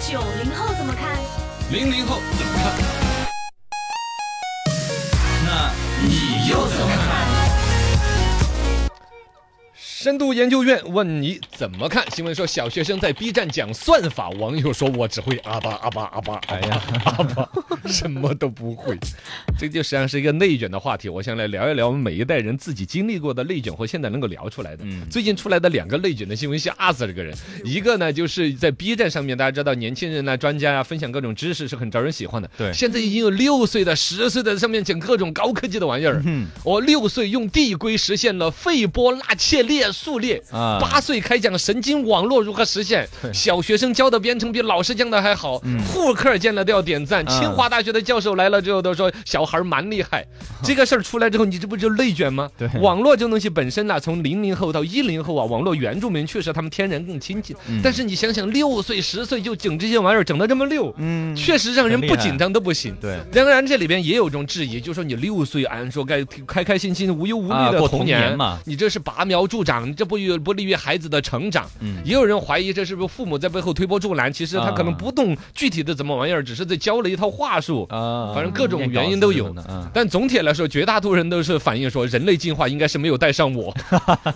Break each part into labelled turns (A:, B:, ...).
A: 九零后怎么看？
B: 零零后怎么看？那你又怎么看？
C: 深度研究院问你怎么看？新闻说小学生在 B 站讲算法，网友说我只会阿巴阿巴阿巴阿
B: 哎
C: 巴
B: 呀
C: 阿巴，什么都 不会。这就实际上是一个内卷的话题，我想来聊一聊我们每一代人自己经历过的内卷和现在能够聊出来的。
B: 嗯
C: 最近出来的两个内卷的新闻吓死了个人，一个呢就是在 B 站上面，大家知道年轻人呐、专家啊分享各种知识是很招人喜欢的。
B: 对
C: 现在已经有六岁的、十岁的在上面讲各种高科技的玩意儿。
B: 嗯
C: 我六岁用递归实现了斐波那契列数列。
B: 啊
C: 八岁开讲神经网络如何实现，小学生教的编程比老师讲的还好，
B: 嗯
C: 库克见了都要点赞，
B: 啊
C: 清华大学的教授来了之后都说小孩蛮厉 害。这个事儿出来之后，你这不就内卷吗？
B: 对
C: 网络这种东西本身呢、啊从零零后到一零后啊，网络原住民确实他们天然更亲近，
B: 嗯
C: 但是你想想，六岁十岁就整这些玩意儿，整得这么溜，
B: 嗯
C: 确实让人
B: 很厉
C: 不
B: 害
C: 紧张都不行。
B: 对
C: 当然，这里边也有一种质疑，就说你六岁，按说该开开心心、无忧无虑
B: 啊
C: 的
B: 过
C: 童
B: 童
C: 年
B: 年嘛
C: 你这是拔苗助长，你这不与不利于孩子的成长。
B: 嗯
C: 也有人怀疑这是不是父母在背后推波助澜，其实他可能
B: 啊
C: 不懂具体的怎么玩意儿，只是在教了一套话术。
B: 啊
C: 反正各种原因都有
B: 啊，
C: 但总体来说，绝大多数人都是反映说，人类进化应该是没有带上 我，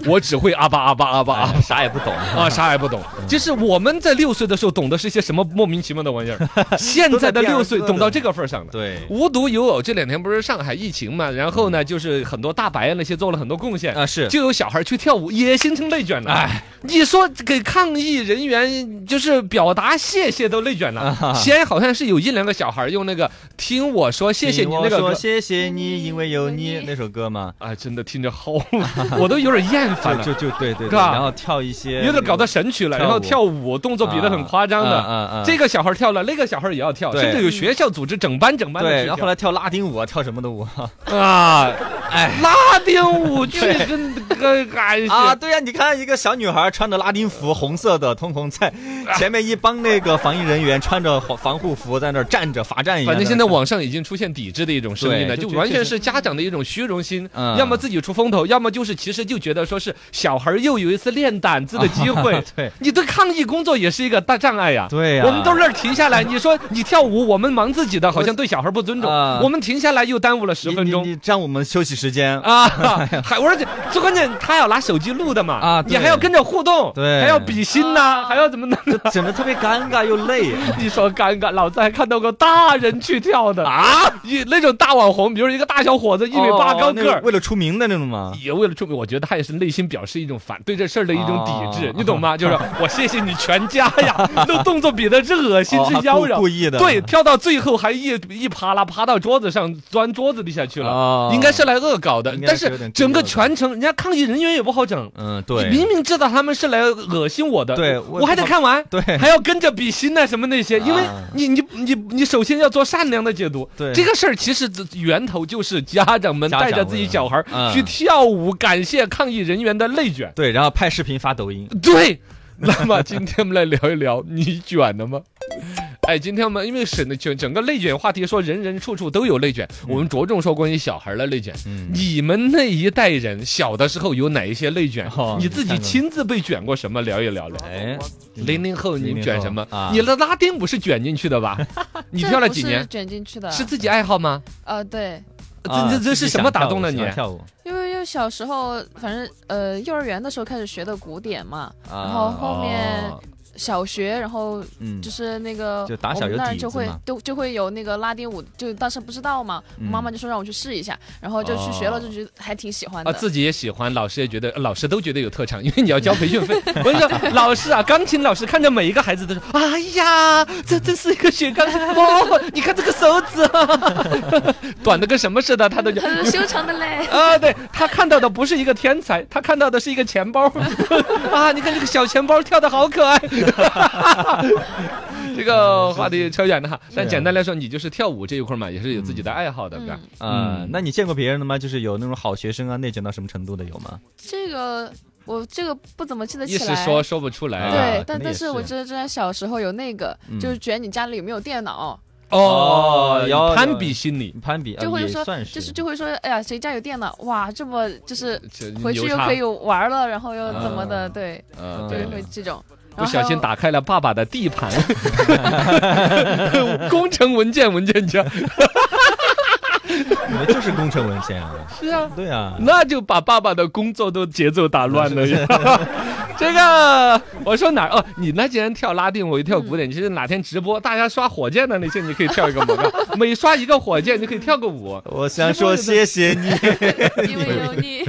C: 我只会阿巴阿巴阿巴阿巴
B: 哎啥也不懂嗯
C: 啊，啥也不懂。就是我们在六岁的时候懂的是一些什么莫名其妙的玩 意儿，现在的六岁懂到这个份儿上了。
B: 对
C: 无独有偶，这两天不是上海疫情嘛，然后呢，就是很多大白啊那些做了很多贡献
B: 啊是
C: 就有小孩去跳舞，也形成内卷了。哎，你说给抗议人员就是表达谢谢都内卷
B: 啊
C: 了。西安好像是有一两个小孩用那个“听我说谢谢你”那个
B: 听我
C: 歌
B: 说谢谢你，因为有你那首歌嘛，
C: 啊，真的听着好， 我都有点厌烦
B: 就
C: 了
B: 就。就对对
C: 是
B: 对，
C: 吧
B: 然后跳一些
C: 有点搞到神曲了，
B: 跳舞
C: 然后跳舞动作比得很夸张
B: 啊啊啊
C: 的
B: 啊，
C: 这个小孩跳了，那个小孩也要跳，
B: 对
C: 甚至有学校组织整班整班的去
B: 对，
C: 跳
B: 然后后来跳拉丁舞啊，跳什么的舞啊？
C: 啊，
B: 哎
C: 拉丁舞剧
B: 对
C: 跟跟 哎
B: 啊，
C: 是
B: 对呀、你看一个小女孩穿着拉丁服，红色的，瞳孔在前面一帮那个防疫人员穿着防防护服在那儿站着罚站一样的。
C: 反正现在网上已经出现抵制的一种声音了，
B: 对
C: 就
B: 就
C: 完全是家长的一种虚荣心，
B: 嗯。
C: 要么自己出风头，要么就是其实就觉得说是小孩又有一次练胆子的机会
B: 对，
C: 你对抗疫工作也是一个大障碍呀。
B: 对呀
C: 我们都那儿停下来，你说你跳舞，我们忙自己的，好像对小孩不尊重
B: 啊。
C: 我们停下来又耽误了十分
B: 你
C: 钟
B: 你。你占我们休息时间。
C: 啊，还我说最关键他要拿手机录的嘛，
B: 啊
C: 你
B: 对
C: 还要跟着互动，
B: 对啊
C: 还要比心呐、还要怎么弄？
B: 整的特别尴尬又累啊
C: 你说尴尬，老子还看到过大人去跳的啊，
B: 啊！
C: 一那种大网红，比如一个大小伙 子一
B: 一
C: 米八高个儿。
B: 为了出名哦的那种吗？
C: 也为了出名，我觉得他也是内心表示一种反对这事儿的一种抵制，
B: 哦
C: 你懂 吗？就是我谢谢你全家呀，那动作比的是恶心
B: 哦
C: 之
B: 他故
C: 妖娆，
B: 故意的
C: 对，跳到最后还一一趴啦，趴到桌子上，钻桌子底下去了，
B: 哦
C: 应该是来恶搞的
B: 应。该
C: 但
B: 是有
C: 是
B: 点
C: 整个
B: 故意恶搞
C: 全程，人家抗议人员也不好整，
B: 嗯，
C: 你
B: 对，
C: 明明知道他们是来恶心我的，
B: 对
C: 我
B: 我
C: 还得看完，
B: 对
C: 还要跟着比心呐什么那些，因为
B: 啊
C: 你你你你首先要做善良的解读，
B: 对
C: 这个事儿其实源头就是家长们
B: 家长
C: 带
B: 们
C: 着自己小孩儿
B: 嗯
C: 去跳舞，感谢抗议人员的内卷，
B: 对，然后拍视频发抖音。
C: 对。 那么今天我们来聊一聊，你卷了吗？ 哎，今天我们因为省的卷整个内卷话题，说人人处处都有内卷，我们着重说关于小孩儿的内卷。
B: 嗯
C: 你们那一代人小的时候有哪一些内卷
B: 哦？
C: 你自己
B: 你看看
C: 亲自被卷过什么？聊一聊来。
B: 哎，
C: 零零后你
B: 00
C: 卷什么
B: 后啊？
C: 你的拉丁舞是卷进去的吧？你跳了几
D: 这不是
C: 年？
D: 卷进去的，
C: 是自己爱好吗？
D: 呃，对，
B: 啊
C: 这这这是什么打动了你
B: 喜？欢跳舞，
D: 因为又小时候，反正呃，幼儿园的时候开始学的古典嘛，
B: 然
D: 然后后面小学，然后
B: 哦嗯
D: 就是那个
B: 就打小
D: 我们
B: 有
D: 那儿
B: 底
D: 就
B: 子
D: 会
B: 嘛
D: 都就会有那个拉丁舞，就当时不知道嘛，我妈妈就说让我去试一下，然后就去学了，
B: 嗯哦
D: 就觉得还挺喜欢
C: 啊，
D: 的。
C: 自己也喜欢，老师也觉得，呃老师都觉得有特长，因为你要交培训费。我跟你说，老师啊，钢琴老师看着每一个孩子都说：“哎呀，这真是一个学钢琴，哦，你看这个手指、啊 短的跟什么似的，他都就。，
D: 很修长的 嘞
C: 啊，对他看到的不是一个天才，他看到的是一个钱包 啊！你看这个小钱包跳的好可爱。
B: 嗯
C: 这个话题扯远了
B: 啊
C: 哈，但简单来说，你就是跳舞这一块嘛，也是有自己的爱好的，对
D: 嗯
C: 吧？
B: 啊，那你见过别人的吗？就是有那种好学生啊，内卷到什么程度的有吗？
D: 这个我这个不怎么记得
C: 一
D: 起
C: 时
D: 来。
C: 说说不出来啊。
B: 啊
D: 对，但
B: 可能也
D: 但是
B: 是
D: 我
B: 嗯
D: 知道，之前小时候有那个，就是卷你家里有没有电脑，
C: 哦
B: 哦，有
C: 攀
B: 有
C: 比心理，
B: 攀比啊
D: 就会说
B: 算，
D: 就是就会说，哎呀，谁家有电脑？哇，这么就是
C: 这
D: 回去
C: 牛
D: 又
C: 叉
D: 可以玩了，然后又怎么的？对，
C: 呃，
B: 嗯
D: 就
C: 对
D: 是会这种。
C: 不小心打开了爸爸的地盘， 工程文件文件夹。
B: 你们就是工程文献啊。
C: 是啊，
B: 对 啊，
C: 那就把爸爸的工作都节奏打乱了呀。 这个我说哪儿哦？你那既然跳拉丁舞，我就跳古典。其实哪天直播大家刷火箭的那些，你可以跳一个舞， 每刷一个火箭，你可以跳个舞。
B: 我想说谢谢你。
D: 因为有你，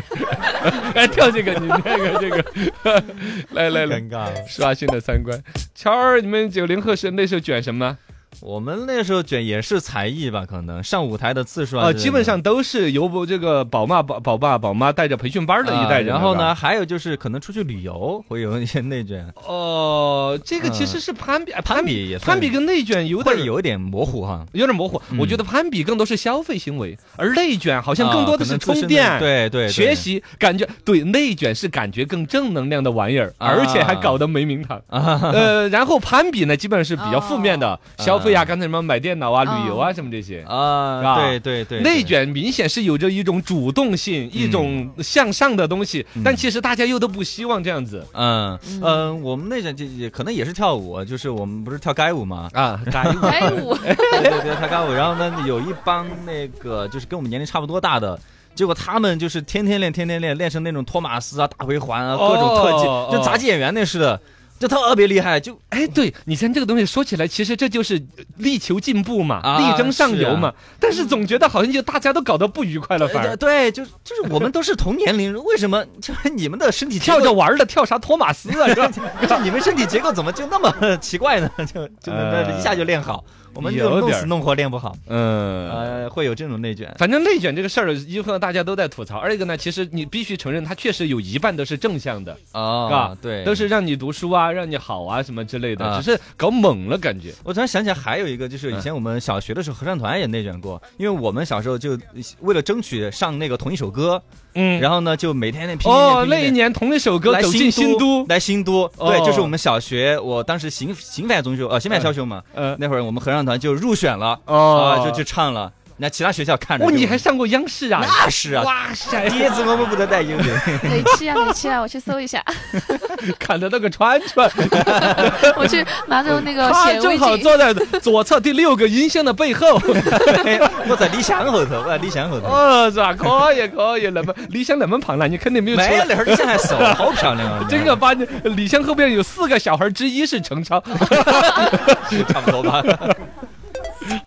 C: 哎，跳这个，你那个这个， 来来来，
B: 尴尬。
C: 刷新的三观。乔儿，你们九零后是那时候卷什么？
B: 我们那时候卷也是才艺吧，可能上舞台的次数啊
C: 呃，
B: 之类的
C: 基本上都是由不这个宝妈、宝宝爸、宝妈带着培训班的一
B: 啊
C: 代人。
B: 然后
C: 对吧
B: 呢，？还有就是可能出去旅游会有一些内卷，
C: 哦，这个其实是攀比，哎
B: 攀
C: 比，
B: 比也算
C: 攀比跟内卷有点
B: 会有一点模糊哈。
C: 有点模糊。
B: 嗯
C: 我觉得攀比更多是消费行为，而内卷好像更多的
B: 啊可
C: 是
B: 能出身
C: 充电、
B: 对对，对
C: 学习，感觉对内卷是感觉更正能量的玩意儿，
B: 啊
C: 而且还搞得没名堂。呃，然后攀比呢，基本上是比较负面的，消费啊，刚才什么买电脑啊、
D: 啊
C: 旅游啊什么这些。是
B: 嗯啊，
C: 吧
B: 对对对，
C: 内卷明显是有着一种主动性、一种向上的东西，但其实大家又都不希望这样子，
B: 嗯嗯、我们那阵就也可能也是跳舞，就是我们不是跳街舞嘛
C: 啊。
D: 还有 我，
B: 对对对，跳街舞。然后呢，有一帮那个就是跟我们年龄差不多大的。结果他们就是天天练，天天练，练成那种托马斯啊、大回环啊、各种特技，
C: 哦
B: 就杂技演员那似的，就特别厉害。就
C: 哎，对你像这个东西说起来，其实这就是力求进步嘛，
B: 啊
C: 力争上游嘛。
B: 是
C: 但是总觉得好像就大家都搞得不愉快了， 反
B: 呃
C: 而
B: 对，就是就是我们都是同年龄，为什么就是 你们的身体结
C: 跳
B: 构
C: 着玩儿的跳啥托马斯啊？是吧
B: 就是你们身体结构怎么就那么 奇怪呢？就就
C: 呃
B: 能一下就练好，我们就
C: 有
B: 弄
C: 点
B: 死
C: 儿
B: 弄活练不好，
C: 嗯。
B: 呃，会有这种内卷。
C: 反正内卷这个事儿，一个大家都在吐槽，二一个呢，其实你必须承认，它确实有一半都是正向的，
B: 啊，对，
C: 都是让你读书啊，让你好啊什么之类的，
B: 啊
C: 只是搞猛了感觉。
B: 我突然想起来，还有一个
C: 嗯
B: 就是以前我们小学的时候，合唱团也内卷过，因为我们小时候就为了争取上那个同一首歌，
C: 嗯，
B: 然后呢就每天那拼命练
C: 哦，
B: 拼命
C: 那一
B: 练
C: 年同一首歌
B: 来
C: 走进新都，
B: 来新都，
C: 哦
B: 对，就是我们小学，我当时刑刑法中学呃刑法小学嘛，
C: 呃，
B: 那会儿我们合唱团就入选了，
C: 哦
B: 啊，就去唱了，那其他学校看着
C: 哦，
B: 就，
C: 你还上过央视啊？
B: 那是啊，
C: 哇塞，
B: 碟子我们不得带英语。
D: 哪期啊哪期啊，我去搜一下，
C: 砍的那个川川，
D: 我去拿着那
B: 呃
D: 个
C: 他
D: 显微
C: 正好
D: 镜，
C: 坐在左侧第六个音箱的 背后，
B: 哎我在李想后头，我在李想后头。
C: 哦，是吧？可以，可以，那么李想那么胖了，你肯定没有出
B: 没有，
C: 来。
B: 那会儿李想还 瘦，好漂亮啊！
C: 这个把你李湘后面有四个小孩之一是程超，
B: 差不多 吧。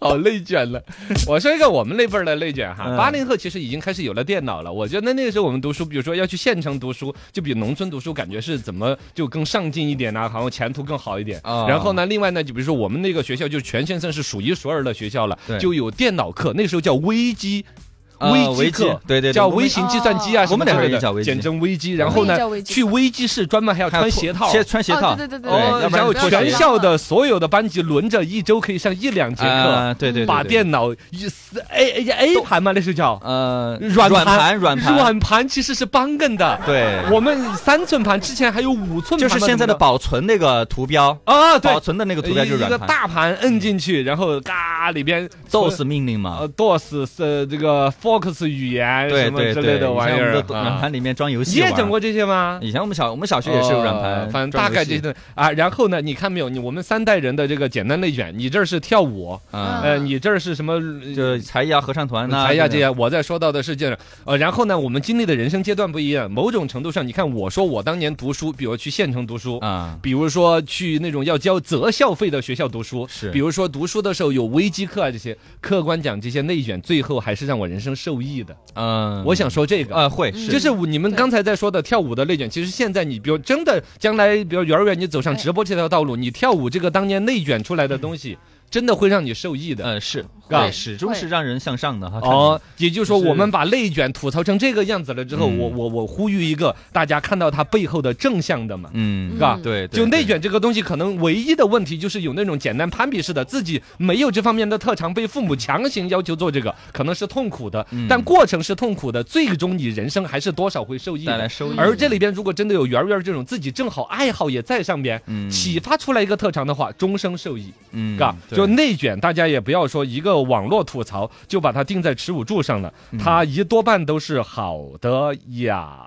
C: 好内卷 了。我说一个我们那辈儿的内卷哈，
B: 嗯
C: 八零后其实已经开始有了电脑了。我觉得那个时候我们读书，比如说要去县城读书，就比农村读书感觉是怎么就更上进一点呐、好像前途更好一点。
B: 啊
C: 然后呢，另外呢，就比如说我们那个学校就是全县算是数一数二的学校了
B: 对，
C: 就有电脑课，那时候叫微机。
B: 啊
C: 机
B: 微机
C: 课，
B: 对对对
C: 叫
B: 我们
C: 微型计算机啊，什么
D: 哦
C: 之
B: 我们那会儿
C: 类
B: 也叫
C: 的，
B: 微机嗯
C: 简称微机。然后
D: 我
C: 呢
D: 们也叫微，机
C: 去微机室专门还要穿鞋套，
B: 先穿鞋套，
D: 哦对对对对
C: 哦，
B: 要不
C: 然后
B: 然
D: 就
C: 全
D: 是
C: 校的所有的班级轮着一周可以上一两节课，
B: 啊，对对，对
C: 把
B: 对
C: 电脑一撕 A A A 盘嘛，那是叫
B: 呃
C: 软
B: 盘
C: 软
B: 软盘
C: 盘其实是邦更的。
B: 对，
C: 我们三寸盘之前还有五寸
B: 就
C: 盘嘛，
B: 是现在的
C: 怎么
B: 保存那个图标，
C: 着啊，对
B: 保，存的那个图标就是
C: 一
B: 软
C: 个
B: 盘。嗯
C: 大盘摁进去，然后嘎里边
B: DOS 命令嘛，
C: 呃 DOS 是这个 Fox 语言
B: 对
C: 什么
B: 对
C: 之
B: 对，
C: 类的玩意
B: 以前我
C: 儿
B: 们的软
C: 啊。
B: 盘里面装游戏，
C: 你也整？过这些吗？
B: 以前我们小我们小学也是有软
C: 哦
B: 盘，
C: 反正
B: 装
C: 大
B: 游
C: 概
B: 戏
C: 这些东西啊。然后呢，你看没有，你我们三代人的这个简单内卷，你这儿是跳舞，
B: 啊，
D: 嗯
C: 呃，你这儿是什么？
B: 就是才艺啊，合唱团呐，
C: 哎呀，这
B: 样
C: 些我在说到的是这样，呃，然后呢，我们经历的人生阶段不一样，某种程度上，你看我说我当年读书，比如去县城读书。
B: 啊，
C: 比如说去那种要交择校费的学校读书，
B: 是
C: 比如说读书的时候有微机课啊这些，客观讲这些内卷，最后还是让我人生受益的。
B: 嗯，
C: 我想说这个，
B: 呃
D: 嗯
B: 会是
C: 就是我你们刚才在说的跳舞的内卷，其实现在你比如真的将来，比如幼儿园你走上直播这条道路，你跳舞这个当年内卷出来的东西，真的会让你受益的。
B: 呃是，
C: 啊
B: 对，始终
D: 会
B: 是让人向上的哈。看嗯
C: 哦，也就是说，
B: 就是
C: 我们把内卷吐槽成这个样子了之后，
B: 嗯
C: 我我我呼吁一个，大家看到它背后的正向的嘛
B: 着，，嗯
C: 是，吧？
B: 对，对
C: 就内
B: 对
C: 卷这个东西，可能唯一的问题就是有那种简单攀比式的，自己没有这方面的特长，被父母强行要求做这个，可能是痛苦的，
B: 嗯
C: 但过程是痛苦的，最终你人生还是多少会受益
B: 带
C: 的
B: 来。收益。
C: 而这里边如果真的有圆圆这种自己正好爱好也在上边，
B: 嗯
C: 启发出来一个特长的话，终生受益，
B: 嗯，
C: 嘎、
B: 对
C: 就内卷，大家也不要说一个网络吐槽就把它定在耻辱柱上了，
B: 嗯
C: 它一多半都是好 的呀，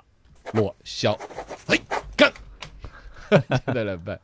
C: 我小，嘿，干，再来拜。